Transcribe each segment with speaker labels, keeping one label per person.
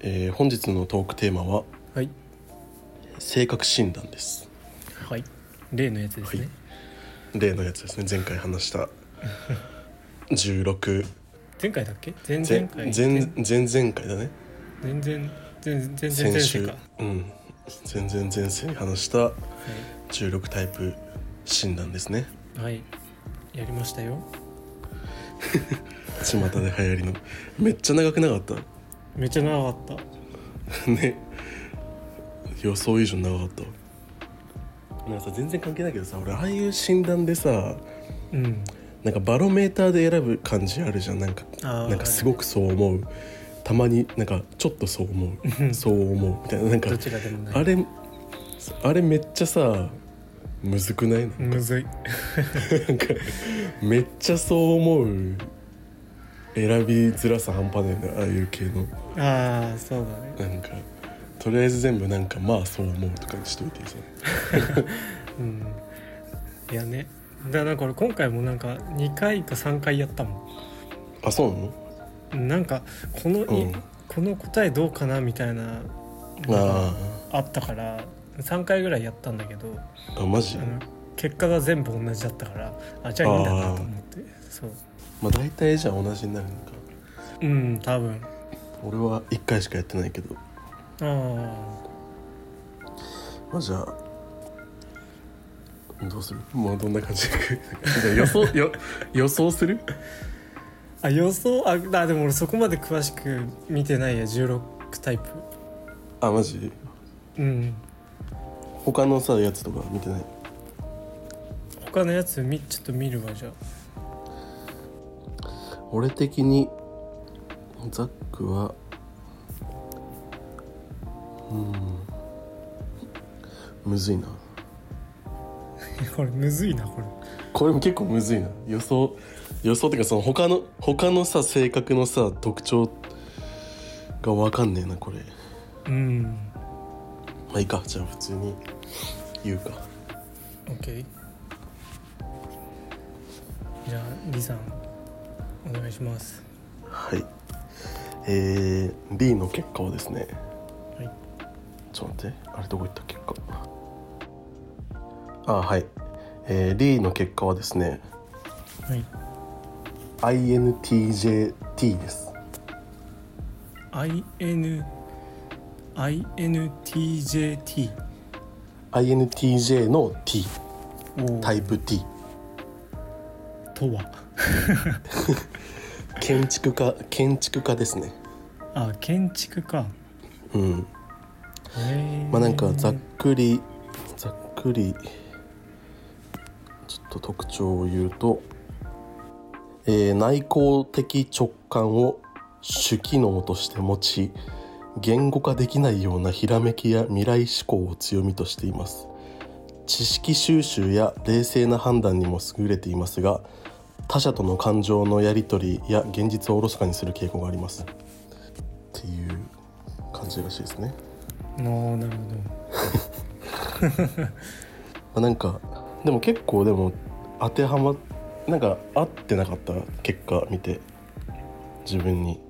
Speaker 1: えー本日のトークテーマは
Speaker 2: はい
Speaker 1: 性格診断です
Speaker 2: はい例のやつですね、
Speaker 1: 例のやつですね前回話した16
Speaker 2: 前回だっけ前々
Speaker 1: 前
Speaker 2: 回
Speaker 1: 前前前々回だね
Speaker 2: 全然全然全然
Speaker 1: 先
Speaker 2: 前世
Speaker 1: 週
Speaker 2: か、
Speaker 1: うん、前々前世に話した16タイプ診断ですね
Speaker 2: はい、はい、やりましたよ
Speaker 1: 巷で流行りのめっちゃ長くなかった
Speaker 2: めっちゃ長かっ
Speaker 1: ね予想以上長かったなんかさ全然関係ないけどさ俺ああいう診断でさ
Speaker 2: たうん
Speaker 1: なんかバロメーターで選ぶ感じあるじゃんなんか
Speaker 2: あー
Speaker 1: なんかすごくそう思うたまになんかちょっとそう思うそう思うみたいななんか
Speaker 2: どちらでもない
Speaker 1: あれあれめっちゃさむずくない
Speaker 2: むずい
Speaker 1: なんかめっちゃそう思う選びづらさ半端ないよねああいう系の
Speaker 2: ああそうだね
Speaker 1: なんかとりあえず全部なんかまあそう思うとかにしといてさ
Speaker 2: うんいやねだからなんか俺今回もなんか2回か3回やったも
Speaker 1: あそうなの
Speaker 2: んなんかこの、い
Speaker 1: うん
Speaker 2: この答えどうかなみたいなのが
Speaker 1: あ
Speaker 2: あったから3回ぐらいやったんだけど
Speaker 1: ーあマジ
Speaker 2: あの結果が全部同じだったからあじゃあいいんだなと思ってそう
Speaker 1: まあ大体じゃあ同じになるのか
Speaker 2: うん多分
Speaker 1: 俺は1回しかやってないけど
Speaker 2: ああ
Speaker 1: まあじゃあどうするもうどんな感じ でじゃあ予想よ予想する
Speaker 2: あ予想ああでも俺そこまで詳しく見てないや16タイプ
Speaker 1: あマジ
Speaker 2: うん
Speaker 1: 他のさやつとか見てない
Speaker 2: 他のやつみちょっと見るわじゃ
Speaker 1: 俺的にザックはうんむずいな
Speaker 2: あ これむずいなこれ
Speaker 1: これも結構むずいな予想予想っていうかその他の他のさ性格のさ特徴が分かんねえなこれ
Speaker 2: うん
Speaker 1: まあいいかじゃあ普通に言うか
Speaker 2: OK じゃあ李さんお願いします
Speaker 1: はいえー、D の結果はですね
Speaker 2: はい
Speaker 1: ちょっと待ってあれどこ行った結果あはい、えー、D の結果はですね
Speaker 2: はい
Speaker 1: INTJT です。
Speaker 2: IN INTJT
Speaker 1: INTJ の T
Speaker 2: お
Speaker 1: タイプ T
Speaker 2: とは
Speaker 1: 建築家建築家ですね。
Speaker 2: あ建築か
Speaker 1: うん。
Speaker 2: へえ
Speaker 1: まあなんかざっくりざっくりちょっと特徴を言うと、えー内向的直感を主機能として持ち言語化できないようなひらめきや未来思考を強みとしています知識収集や冷静な判断にも優れていますが他者との感情のやり取りや現実をおろそかにする傾向がありますっていう感じらしいですね
Speaker 2: あーなるほ
Speaker 1: まあなんかでも結構でも当てはまなんか合ってなかった結果見て自分に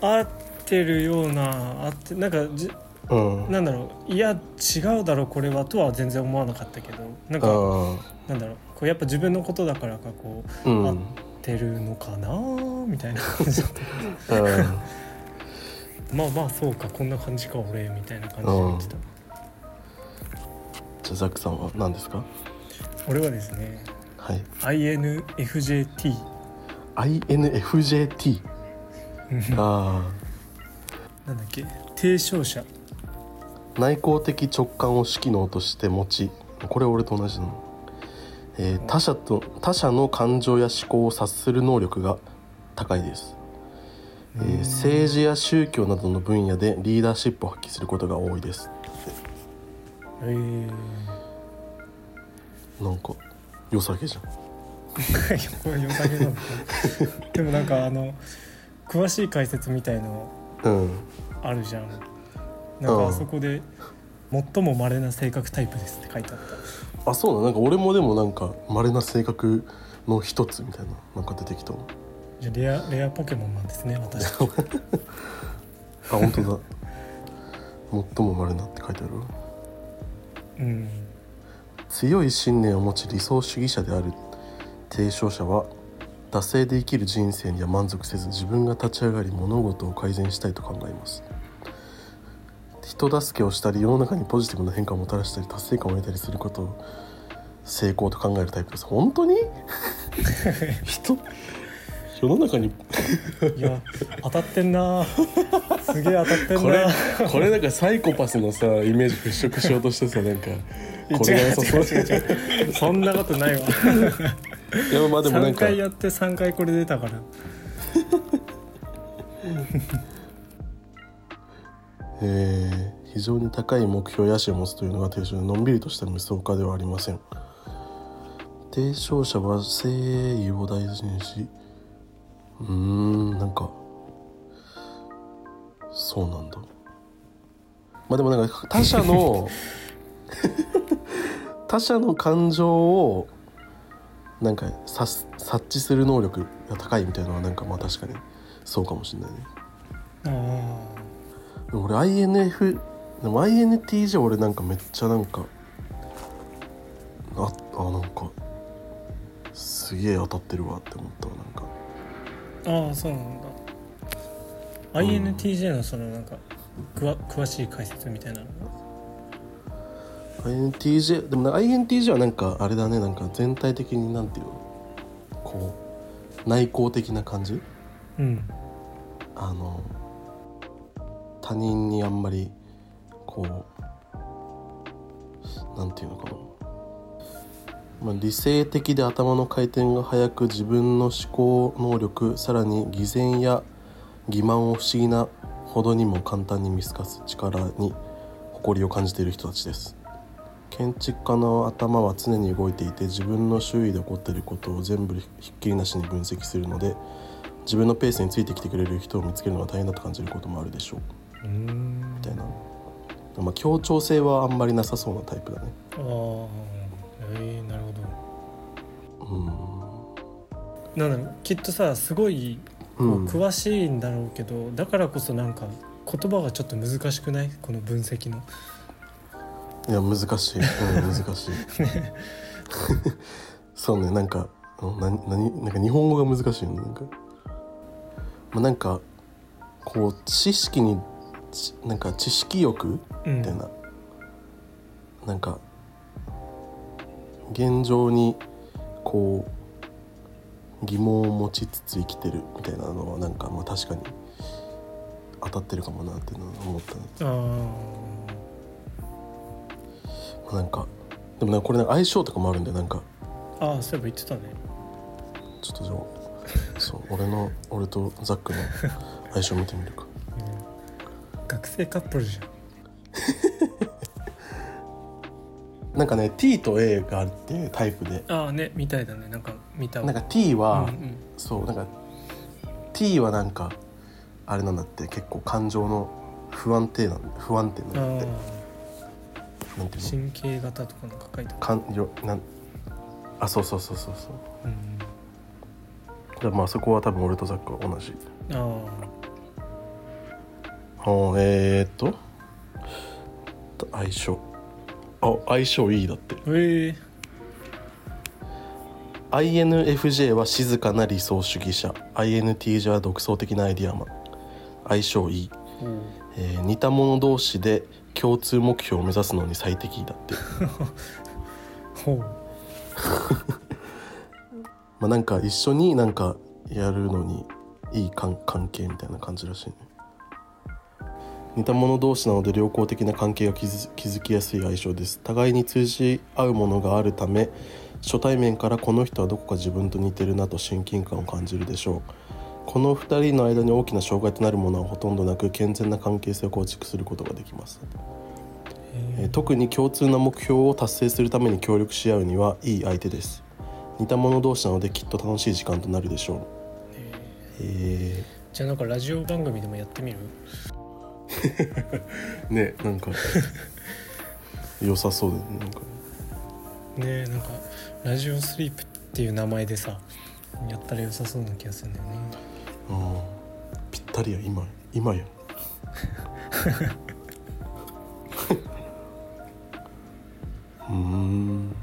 Speaker 2: ど合ってるような合ってなんかじ
Speaker 1: うんあ
Speaker 2: なんだろういや違うだろこれはとは全然思わなかったけどな
Speaker 1: あ
Speaker 2: んか
Speaker 1: ー
Speaker 2: なんだろうこうやっぱ自分のことだからかこう、
Speaker 1: うん
Speaker 2: 合ってるのかなーみたいな感じだ った
Speaker 1: うん
Speaker 2: まあまあそうかこんな感じか俺みたいな感じで言ってた、
Speaker 1: じゃあザックさんは何ですか
Speaker 2: 俺はですね
Speaker 1: はい
Speaker 2: INFJT
Speaker 1: INFJT あ
Speaker 2: なんだっけ提唱者
Speaker 1: あ内向的直感を主機能として持ちこれ俺と同じなの、えー他者と他者の感情や思考を察する能力が高いです、えー政治や宗教などの分野でリーダーシップを発揮することが多いです
Speaker 2: えー、
Speaker 1: なんか良さげじゃん
Speaker 2: これ良さげなのかなでもなんかあの詳しい解説みたいの
Speaker 1: うん
Speaker 2: あるじゃんなん
Speaker 1: う
Speaker 2: か
Speaker 1: ん
Speaker 2: あそこで「最も稀な性格タイプです」って書いてあっ
Speaker 1: あそうだなんか俺もでもなんか稀な性格の一つみたいななんか出てきたわ
Speaker 2: たじゃあレアレアポケモンなんですね私
Speaker 1: あ本当だ最も稀なって書いてあるわ
Speaker 2: うん
Speaker 1: 強い信念を持ち理想主義者である提唱者は惰性で生きる人生には満足せず自分が立ち上がり物事を改善したいと考えます人助けをしたり世の中にポジティブな変化をもたらしたり達成感を得たりすることを成功と考えるタイプです本当 に人世の中にこ
Speaker 2: いや当たって んなすげえ当たってんな
Speaker 1: れこれなんかサイコパスのさイメージ払拭しようとしてさ なんかこれが良さそう
Speaker 2: 違う違う違う違うそんなことないわ
Speaker 1: いやまあでもなん
Speaker 2: 3
Speaker 1: か
Speaker 2: 回やって3回これ出たから
Speaker 1: えー非常に高い目標野心を持つというのが提唱でのんびりとした無双家ではありません提唱者は誠意を大事にしうーんなんかそうなんだまあでもなんか他者の他者の感情をなんか察す察知する能力が高いみたいなのはなんかまあ確かにそうかもしれないね
Speaker 2: ああ
Speaker 1: でも俺 INF でも INTJ 俺なんかめっちゃなんかああなんかすげえ当たってるわって思ったわなんか
Speaker 2: ああそうなんだ INTJ のそのなんかくわ詳しい解説みたいなの
Speaker 1: INTJ でもな INTJ はなんかあれだねなんか全体的になんていうのこう内向的な感じ
Speaker 2: うん
Speaker 1: あの他人にあんまりこうなんていうのかな、まあ、理性的で頭の回転が速く自分の思考能力さらに偽善や欺瞞を不思議なほどにも簡単に見透かす力に誇りを感じている人たちです建築家の頭は常に動いていて自分の周囲で起こっていることを全部ひっきりなしに分析するので自分のペースについてきてくれる人を見つけるのが大変だと感じることもあるでしょう
Speaker 2: うん
Speaker 1: みたいな、まあ、協調性はあんまりなさそうなタイプだね
Speaker 2: ああえー、なるほど
Speaker 1: う
Speaker 2: なんだろうきっとさすごいこ
Speaker 1: ん
Speaker 2: う
Speaker 1: うん
Speaker 2: 詳しいんだろうけど、だからこそなんか言葉がちょっと難しくないこの分析の
Speaker 1: いや難しい、うん、難しい そうねなんかうんな何なんか日本語が難しいねなんか、まあ、なんかこう知識にちなんか知識欲
Speaker 2: うん
Speaker 1: みたいな、なんか現状にこう疑問を持ちつつ生きてるみたいなのはなんかまあ確かに当たってるかもなっていうのは思ったね
Speaker 2: ああ
Speaker 1: まあなんかでもなんかこれなんか相性とかもあるんでなんか
Speaker 2: ああそういえば言ってたね
Speaker 1: ちょっとじゃ あそう俺の俺とザックの相性見てみるか
Speaker 2: 学生カップルじゃん
Speaker 1: なんかね T と A があるってタイプで
Speaker 2: ああねみたいだねなんか見たわ
Speaker 1: なんか T は、
Speaker 2: うんうん
Speaker 1: そうなんか T はなんかあれなんだって結構感情の不安定なん不安定なんだって
Speaker 2: あ
Speaker 1: なんて
Speaker 2: あ
Speaker 1: いうの
Speaker 2: 神経型とかなんか書いてあ
Speaker 1: かんよなんあそうそうそうそうそう
Speaker 2: る、うん
Speaker 1: だからまあそこは多分俺とザックは同じ
Speaker 2: あ
Speaker 1: あえー、っと相性あ相性いいだって
Speaker 2: あええ
Speaker 1: INFJ は静かな理想主義者 INTJ は独創的なアイディアマン相性いい、えー似た者同士で共通目標を目指すのに最適だって
Speaker 2: ほう
Speaker 1: まあ、なんか一緒になんかやるのにいい関関係みたいな感じらしいね似た者同士なので良好的な関係が築築きやすい相性です互いに通じ合うものがあるため初対面からこの人はどこか自分と似てるなと親近感を感じるでしょうこの2人の間に大きな障害となるものはほとんどなく健全な関係性を構築することができますえー特に共通な目標を達成するために協力し合うにはいい相手です似た者同士なのできっと楽しい時間となるでしょう、え
Speaker 2: じゃあなんかラジオ番組でもやってみる
Speaker 1: ーねなんか 良さそうだよねなんか
Speaker 2: ねえなんかラジオスリープっていう名前でさやったら良さそうな気がするんだよね
Speaker 1: あーぴったりや今今や うーん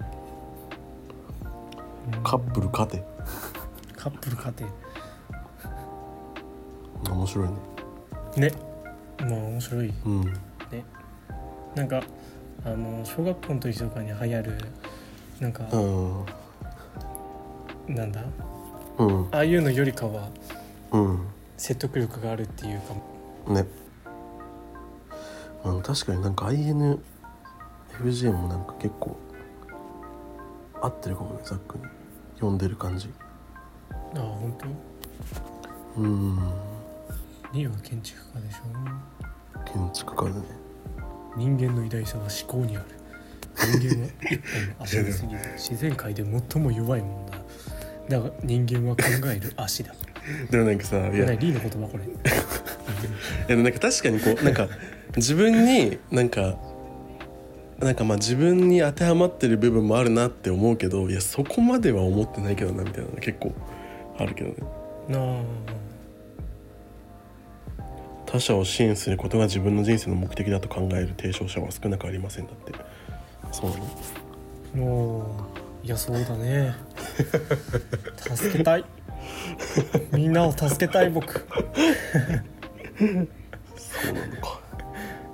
Speaker 1: カップル勝て
Speaker 2: カップル家
Speaker 1: 面白いね
Speaker 2: 庭ねまあ面白い
Speaker 1: うん
Speaker 2: なんかあの小学校の時とかに流行るなんか、
Speaker 1: うん
Speaker 2: なんだ
Speaker 1: うん
Speaker 2: ああいうのよりかは
Speaker 1: うん
Speaker 2: 説得力があるっていうか
Speaker 1: ねあの確かになんか INFJ もなんか結構合ってるかもねざっくり読んでる感じ
Speaker 2: ああ本
Speaker 1: うーん
Speaker 2: 当リーは建築家でしょ
Speaker 1: 建築家だね
Speaker 2: 人間の偉大さは思考にある人 間は一本の足に過ぎる自然界で最も弱いもんだだが人間は考える足だ
Speaker 1: でもなんかさい
Speaker 2: な
Speaker 1: や
Speaker 2: いリーの言葉こ れ
Speaker 1: いやなんか確かにこうなんか自分になんかなんかまあ自分に当てはまってる部分もあるなって思うけどいやそこまでは思ってないけどなみたいなのが結構あるけどね
Speaker 2: なあ
Speaker 1: 他者を支援することが自分の人生の目的だと考える提唱者は少なくありませんだってそうなの
Speaker 2: もういやそうだね助けたいみんなを助けたい僕
Speaker 1: そうなのか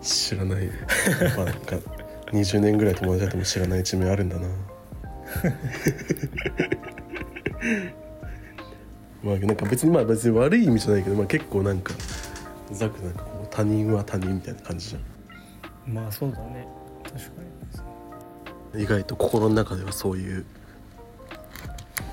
Speaker 1: 知らない、まあ、なんか20年ぐらい友達だっても知らない一面あるんだな まあなんか別にまあ別に悪い意味じゃないけど、まあ、結構なんかざくなんかこう他人は他人みたいな感じじゃ
Speaker 2: まあそうだね確か
Speaker 1: ん意外と心の中ではそういう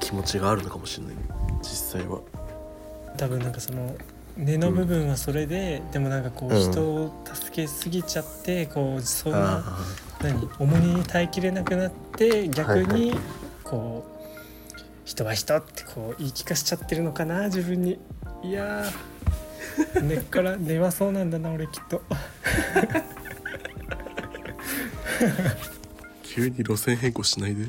Speaker 1: 気持ちがあるのかもしれない実際は
Speaker 2: に多分なんかその根の部分はそれで、でもなんかこう
Speaker 1: うん
Speaker 2: 人を助けすぎちゃってこうそんな
Speaker 1: あ
Speaker 2: 何重荷に耐えきれなくなって逆
Speaker 1: はい
Speaker 2: にこう人は人ってこう言い聞かせちゃってるのかな自分にいやー根っから根はそうなんだな俺きっと
Speaker 1: あ急に路線変更しないで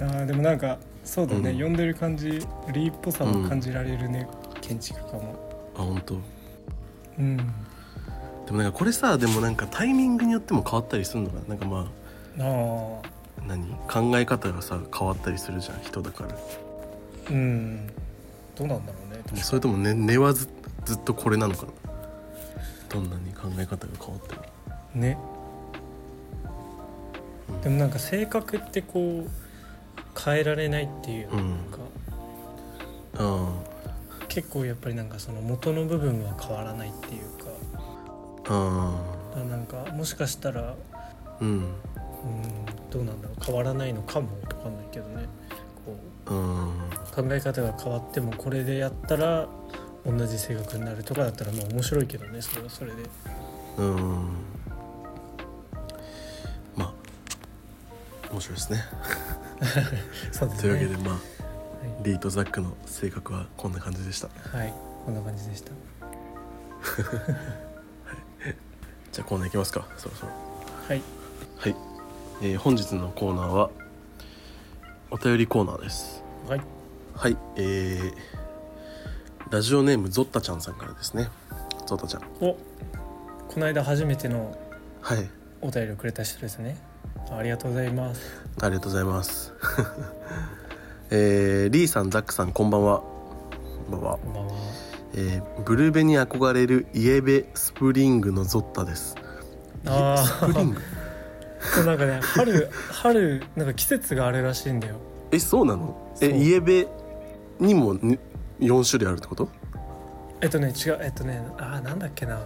Speaker 2: あーでもなんかそうだね、
Speaker 1: うん
Speaker 2: 読んでる感じリーっぽさも感じられるね、建築家も
Speaker 1: あ本当。
Speaker 2: うん
Speaker 1: でもなんかこれさでもなんかタイミングによっても変わったりするのかななんかまあ
Speaker 2: ああ
Speaker 1: 何考え方がさ変わったりするじゃん人だからも
Speaker 2: うんどうなんだろうね
Speaker 1: うそれとも根、根はずずっとこれなのかなどんなに考え方が変わっても
Speaker 2: ねでもなんか性格ってこう変えられないっていうか、
Speaker 1: うんあ
Speaker 2: 結構やっぱりなんかその元の部分は変わらないっていうか
Speaker 1: ああ
Speaker 2: だからなんかもしかしたら
Speaker 1: あうん
Speaker 2: うんどうなんだろう変わらないのかもわかんないけどねこう
Speaker 1: うん
Speaker 2: 考え方が変わってもこれでやったら同じ性格になるとかだったらまあ面白いけどねそれはそれで
Speaker 1: うんまあ面白いですね
Speaker 2: そうです
Speaker 1: と
Speaker 2: ね
Speaker 1: いうわけでまあ
Speaker 2: は
Speaker 1: リーとザックの性格はこんな感じでした
Speaker 2: い、はい、こんな感じでした
Speaker 1: じゃあコーナーいきますかそろそろ
Speaker 2: はい
Speaker 1: はい、えー本日のコーナーはお便りコーナーです
Speaker 2: はい
Speaker 1: はいえーラジオネームゾッタちゃんさんからですねゾッタちゃん
Speaker 2: おこの間初めての
Speaker 1: はいあ
Speaker 2: お便りをくれた人ですねありがとうございます
Speaker 1: りがとうございます えーリーさんザックさんこんばんはこんばんは、
Speaker 2: こんばんは
Speaker 1: えーブルーベに憧れるイエベスプリングのゾッタです
Speaker 2: あ
Speaker 1: スプリング
Speaker 2: そうなんかね春春なんか季節があるらしいんだよ
Speaker 1: えそうなの
Speaker 2: そう
Speaker 1: えイエベにもに4種類あるってこと
Speaker 2: えっとね違うえっとねあーなんだっけな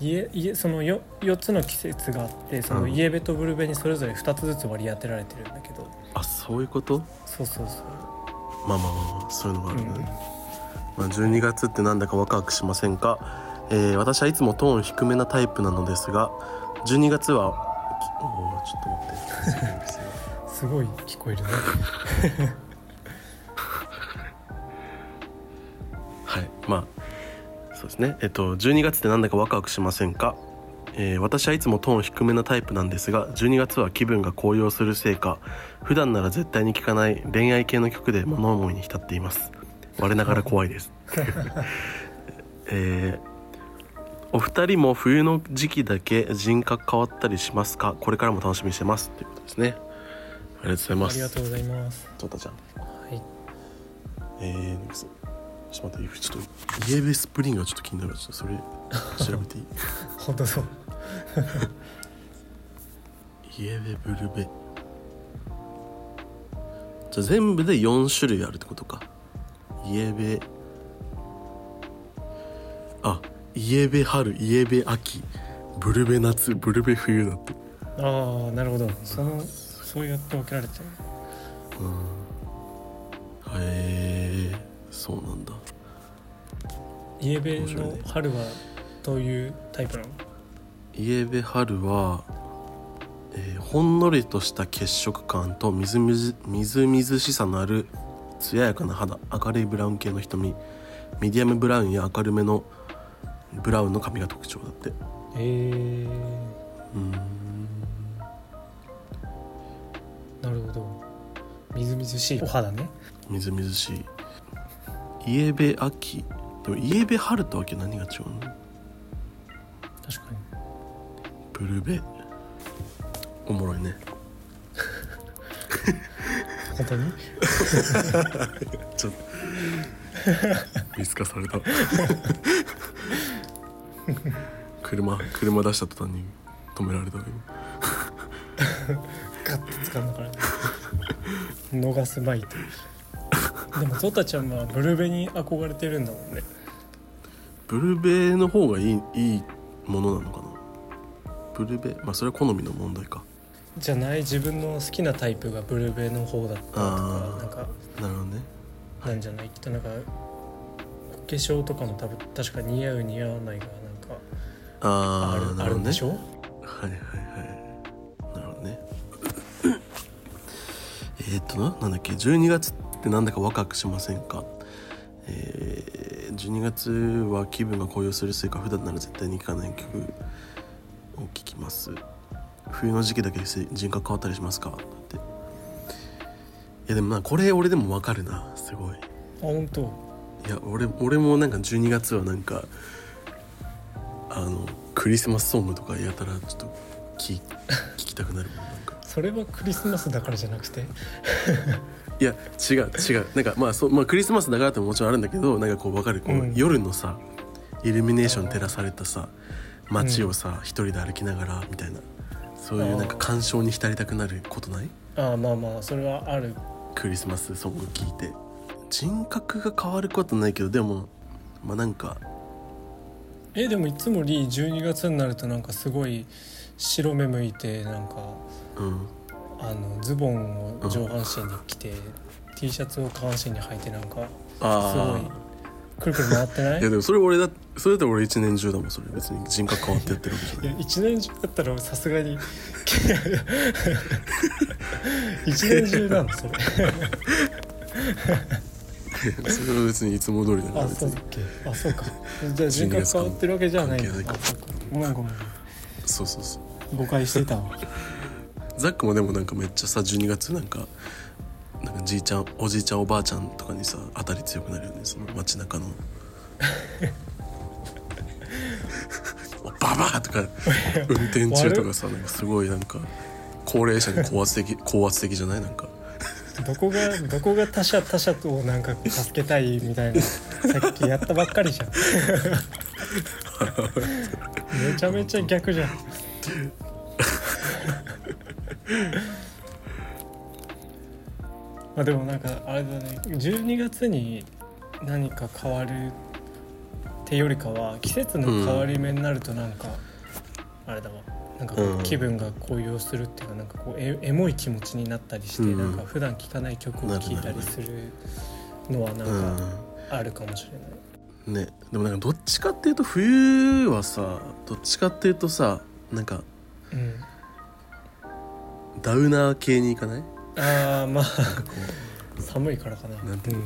Speaker 2: 家家そのよ4つの季節があってその
Speaker 1: うん
Speaker 2: イエベとブルベにそれぞれ2つずつ割り当てられてるんだけど
Speaker 1: あそういうこと
Speaker 2: そうそうそう
Speaker 1: まあまあまあまあそういうのがあるね、まあ、12月ってなんだかワクワクしませんか、えー私はいつもトーン低めなタイプなのですが12月はきおーちょっと待って
Speaker 2: すごい聞こえるね
Speaker 1: はいまあそうですねえっと12月ってなんだかワクワクしませんか、えー私はいつもトーン低めなタイプなんですが12月は気分が高揚するせいか普段なら絶対に聴かない恋愛系の曲で物思いに浸っています我ながら怖いです えーお二人も冬の時期だけ人格変わったりしますかこれからも楽しみにしてますということですねありがとうござい
Speaker 2: あ
Speaker 1: ま
Speaker 2: りが
Speaker 1: す
Speaker 2: とうございます
Speaker 1: トータちゃん
Speaker 2: はい
Speaker 1: えー、なんかそちょっと待って、ちょっと、イエベスプリングがちょっと気になるちょっとそれ、調べてい
Speaker 2: 本当そう
Speaker 1: いイエベブルベ。じゃあ全部で4種類あるってことか。イエベ。あ、イエベ春、イエベ秋、ブルベ夏、ブルベ冬だって。
Speaker 2: ああなるほどそのそうやって分けられてる
Speaker 1: へえ、そうなんだ。
Speaker 2: イエベ
Speaker 1: 面白い
Speaker 2: の
Speaker 1: ね
Speaker 2: 春はどういうタイプなの
Speaker 1: イエベ春は、えーほんのりとした血色感とみずみずみずみずしさのある艶やかな肌明るいブラウン系の瞳ミディアムブラウンや明るめのブラウンの髪が特徴だってうー
Speaker 2: え
Speaker 1: ん
Speaker 2: ー、なるほどみずみずしいお肌ね
Speaker 1: みずみずしいイエベ秋でもイエベ春とわけ何が違うの
Speaker 2: 確かに
Speaker 1: ブルベおもろいね
Speaker 2: 本当に
Speaker 1: ちょっと見透かされた 車車出した途端に止められたわ今
Speaker 2: ガッて掴んだから 逃すまいとでもトタちゃんはブルベに憧れてるんだもんね
Speaker 1: ブルベの方がいいいいものなのかなブルベまあそれは好みの問題か
Speaker 2: じゃない自分の好きなタイプがブルベの方だったと
Speaker 1: あ
Speaker 2: か
Speaker 1: ー
Speaker 2: なんか
Speaker 1: なるほどね
Speaker 2: なんじゃないきっとなんかお化粧とかも多分確か似合う似合わないが
Speaker 1: あ
Speaker 2: なん
Speaker 1: ー
Speaker 2: かある
Speaker 1: な
Speaker 2: あ
Speaker 1: る
Speaker 2: る
Speaker 1: ほど
Speaker 2: ん
Speaker 1: ね
Speaker 2: でしょ
Speaker 1: はいはいはいなるほどねえーっとななんだっけ12月ってなんだかワクワクしませんかえー12月は気分が高揚するせいか普段なら絶対に聴かない曲を聴きます冬の時期だけで人格変わったりしますかだっていやでもなこれ俺でもわかるなすごい
Speaker 2: あ本当
Speaker 1: いや俺俺もなんか12月はなんかあのクリスマスソングとかやたらちょっと聞聞きたくなるもんなんか
Speaker 2: それはクリスマスだからじゃなくて
Speaker 1: いや違う違うなんかまあそう、まあ、クリスマスだからってももちろんあるんだけどなんかこう分かるこう、
Speaker 2: うん
Speaker 1: 夜のさイルミネーション照らされたさ街をさ、一人で歩きながらみたいなそういうなんか
Speaker 2: あー
Speaker 1: 感傷に浸りたくなることない
Speaker 2: ああまあまあそれはある
Speaker 1: クリスマスソング聞いて人格が変わることないけどでもまあなんか
Speaker 2: えでもいつもリー12月になるとなんかすごい白目向いてなんか
Speaker 1: うん
Speaker 2: あのズボンを上半身に着て、T シャツを下半身に履いてなんかすご
Speaker 1: あ
Speaker 2: い
Speaker 1: あ
Speaker 2: くるくる回ってない
Speaker 1: いやでもそれ俺だそれだって俺一年中だもんそれ別に人格変わってやってるわけじゃ
Speaker 2: い
Speaker 1: な
Speaker 2: や
Speaker 1: い
Speaker 2: 一年中だったらさすがに 一年中なのそれ
Speaker 1: それは別にいつも通りだから
Speaker 2: あ
Speaker 1: 別
Speaker 2: そう
Speaker 1: に
Speaker 2: だっけ あそうかじゃあ人格変わってるわけじゃないんだ
Speaker 1: 関係ない
Speaker 2: あそうかごめんごめん
Speaker 1: そうそうそう
Speaker 2: 誤解してたわ
Speaker 1: ザックもでもなんかめっちゃさ12月なんかなんかじいちゃんおじいちゃんおばあちゃんとかにさ当たり強くなるよねその街中 のおババアとか運転中とかさなんかすごいなんか高齢者に高圧的高圧的じゃないなんか
Speaker 2: どこがどこが他者他者となんか助けたいみたいなさっきやったばっかりじゃんめちゃめちゃ逆じゃんまあでもなんかあれだね12月に何か変わるってよりかは季節の変わり目になるとなんか、あれだわなんかこう
Speaker 1: うん
Speaker 2: 気分が高揚するっていうかなんかこうエエモい気持ちになったりして、
Speaker 1: うん
Speaker 2: なんか普段聴かない曲を聴いたりするのはな
Speaker 1: うん
Speaker 2: か
Speaker 1: ん
Speaker 2: あるかもしれない。
Speaker 1: ねでもなんかどっちかっていうと冬はさどっちかっていうとさなんか
Speaker 2: うん
Speaker 1: ダウナー系に行かない
Speaker 2: ああまあ寒いからかな。
Speaker 1: なんていう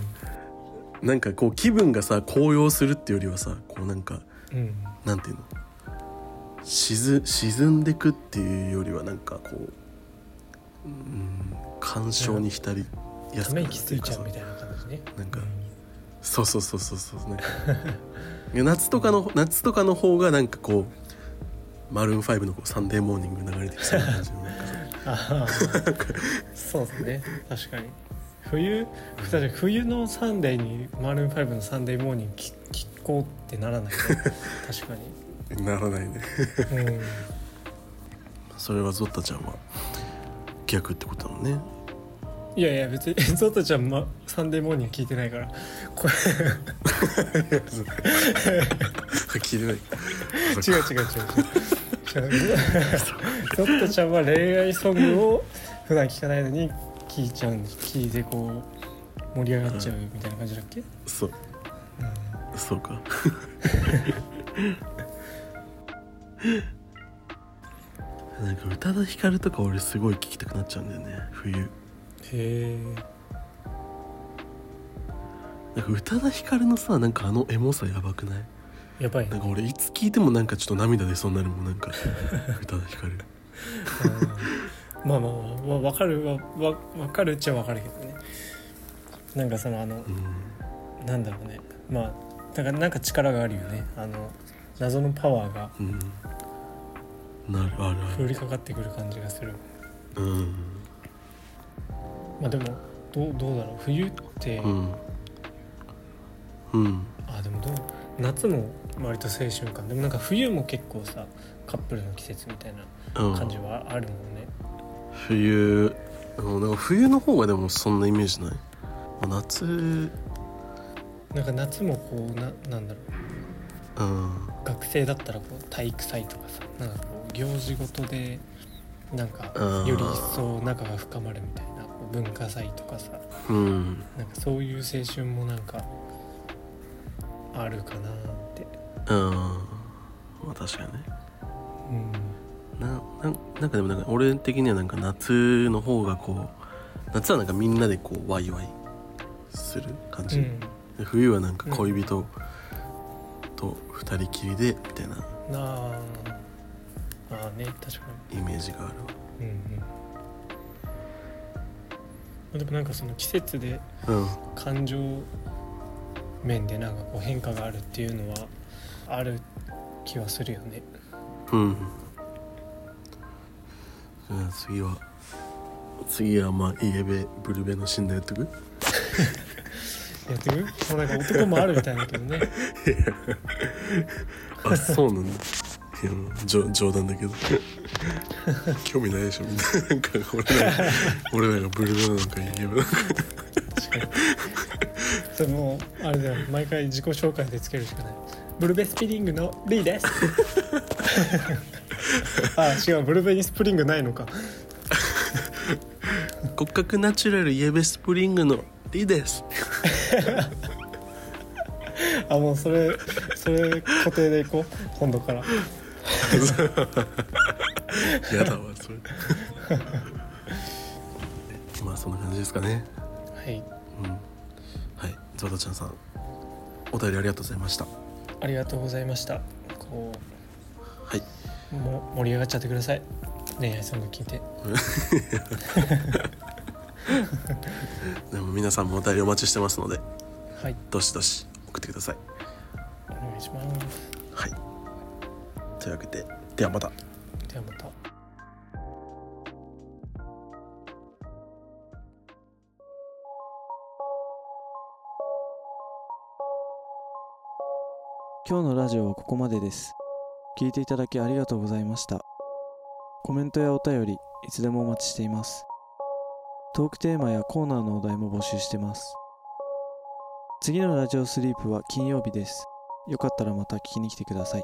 Speaker 1: なんかこう気分がさ高揚するっていうよりはさこうなんか
Speaker 2: うんうん
Speaker 1: なんていうの沈沈んでくっていうよりはなんかこう、うん、感傷に浸りや
Speaker 2: た
Speaker 1: すくな
Speaker 2: め
Speaker 1: る
Speaker 2: 息
Speaker 1: って
Speaker 2: つ
Speaker 1: い
Speaker 2: いう
Speaker 1: か
Speaker 2: ちゃ
Speaker 1: さ
Speaker 2: うみたいな感じね。
Speaker 1: なんかそうそうそうそうそうなんかいや夏とかの夏とかの方がなんかこうマルーン5のこうサンデーモーニング流れてきそうな感じのなんかさ
Speaker 2: ああそうですね確かに冬確かに冬のサンデーにマルーン5の「サンデーモーニングき」聞こうってな らないね確か
Speaker 1: ならないね
Speaker 2: に、うん、
Speaker 1: それはゾッタちゃんは逆ってことなのね
Speaker 2: いやいや別に ゾトちゃん、ま「サンデーモーニング」聞いてないからこれ
Speaker 1: 聞いてない
Speaker 2: 違う違 う違う違う違うゾトちゃんは恋愛ソングを普段聞かないのに聞いちゃうん聞いてこう盛り上がっちゃうみたいな感じだっけ、
Speaker 1: そう
Speaker 2: うん
Speaker 1: そうか なんか宇多田ヒカルとか俺すごい聴きたくなっちゃうんだよね冬
Speaker 2: へ
Speaker 1: なんか宇多田ヒカルのさなんかあのエモさやばくない
Speaker 2: えやばい
Speaker 1: なん
Speaker 2: な
Speaker 1: か俺いつ聞いてもなんかちょっと涙出そうになるもんなん か宇多田ヒカル
Speaker 2: うんまあまあまあ、まあ、わかるわわわかるっちゃわかるけどねなんかそのあの
Speaker 1: うん
Speaker 2: なんだろうねまあなんかなんか力があるよねあの謎のパワーが
Speaker 1: うんなるあるあ
Speaker 2: 降
Speaker 1: る
Speaker 2: りかかってくる感じがする
Speaker 1: うん
Speaker 2: まあでもどうどうだろう冬って、
Speaker 1: うんうん
Speaker 2: あでもどう夏も割と青春感でもなんか冬も結構さカップルの季節みたいな
Speaker 1: うん
Speaker 2: 感じはあるもんね、
Speaker 1: 冬うんなんか冬の方がでもそんなイメージないまあ夏うん
Speaker 2: なんか夏もこうななんだろう学生だったらこう体育祭とかさなんかこう行事ごとでなんか
Speaker 1: うん
Speaker 2: より一層仲が深まるみたいなこう文化祭とかさ
Speaker 1: うん
Speaker 2: なんかそういう青春もなんかあるかなって
Speaker 1: うんまあ確かにね
Speaker 2: うん
Speaker 1: ななんなんかでもなんか俺的にはなんか夏の方がこう夏はなんかみんなでこうワイワイする感じ、で冬はなんか恋人と二人きりでみたいな
Speaker 2: うんなあああね確か
Speaker 1: イメージがある
Speaker 2: にうんうんまあでもなんかその季節で
Speaker 1: わ
Speaker 2: 感情面でなんかこう変化があるっていうのはある気はするよね
Speaker 1: うんうんじゃあ次は次はまあイエベブルベの死んだやってく
Speaker 2: やってる もうなんか男もあるみたいだけどね
Speaker 1: あそうなんだいやもう冗冗談だけど 興味ないでしょみんななんか俺らが俺らがブルベなんかイエベなんか
Speaker 2: 確かに それもうあれだよ毎回自己紹介でつけるしかないブルベスプリングのリーです あ違うブルベにスプリングないのか
Speaker 1: 骨格ナチュラルイエベスプリングのリです
Speaker 2: あもうそれそれ固定でいこう今度から
Speaker 1: やだわそれまあそんな感じですかね
Speaker 2: はい
Speaker 1: うんはいゾウタちゃんさんお便りありがとうございました
Speaker 2: ありがとうございましたこ
Speaker 1: はいう
Speaker 2: も盛り上がっちゃってください恋愛ソング聞いて
Speaker 1: でも皆さんもお便りお待ちしてますので
Speaker 2: はい
Speaker 1: どしどし送ってください
Speaker 2: お願いします
Speaker 1: はいというわけでではまた
Speaker 2: ではまた
Speaker 3: 今日のラジオはここまでです聞いていただきありがとうございましたコメントやお便りいつでもお待ちしていますトークテーマやコーナーのお題も募集してます次のラジオスリープは金曜日ですよかったらまた聞きに来てください